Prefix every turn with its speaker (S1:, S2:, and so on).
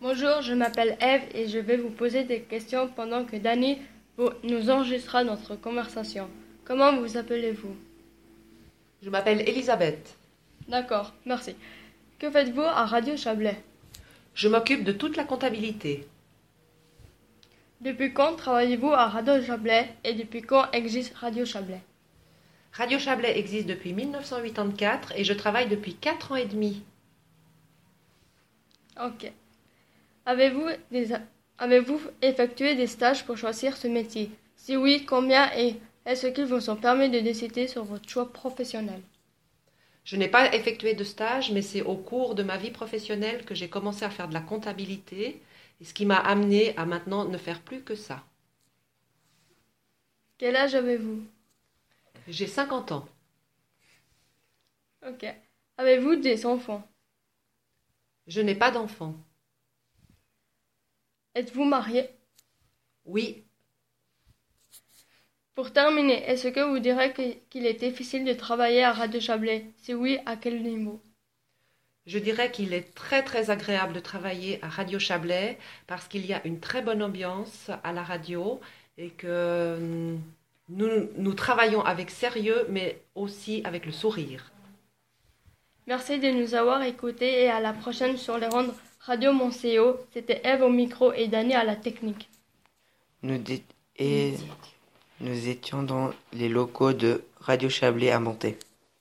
S1: Bonjour, je m'appelle Eve et je vais vous poser des questions pendant que Danny vous- nous enregistrera notre conversation. Comment vous appelez-vous
S2: Je m'appelle Elisabeth.
S1: D'accord, merci. Que faites-vous à Radio Chablais
S2: Je m'occupe de toute la comptabilité.
S1: Depuis quand travaillez-vous à Radio Chablais et depuis quand existe Radio Chablais
S2: Radio Chablais existe depuis 1984 et je travaille depuis 4 ans et demi.
S1: Ok. Avez-vous des- avez-vous effectué des stages pour choisir ce métier Si oui, combien et est-ce qu'ils vous ont permis de décider sur votre choix professionnel
S2: Je n'ai pas effectué de stage, mais c'est au cours de ma vie professionnelle que j'ai commencé à faire de la comptabilité, et ce qui m'a amené à maintenant ne faire plus que ça.
S1: Quel âge avez-vous
S2: J'ai 50 ans.
S1: Ok. Avez-vous des enfants
S2: Je n'ai pas d'enfant.
S1: Êtes-vous marié
S2: Oui,
S1: Pour terminer, est-ce que vous direz que- qu'il est difficile de travailler à Radio Chablais Si oui, à quel niveau
S2: je dirais qu'il est très très agréable de travailler à Radio Chablais parce qu'il y a une très bonne ambiance à la radio et que hum, nous, nous travaillons avec sérieux mais aussi avec le sourire.
S1: Merci de nous avoir écoutés et à la prochaine sur les rondes Radio Montseo. C'était Eve au micro et Dany à la technique.
S3: Nous, dé- et nous étions dans les locaux de Radio Chablais à Monté.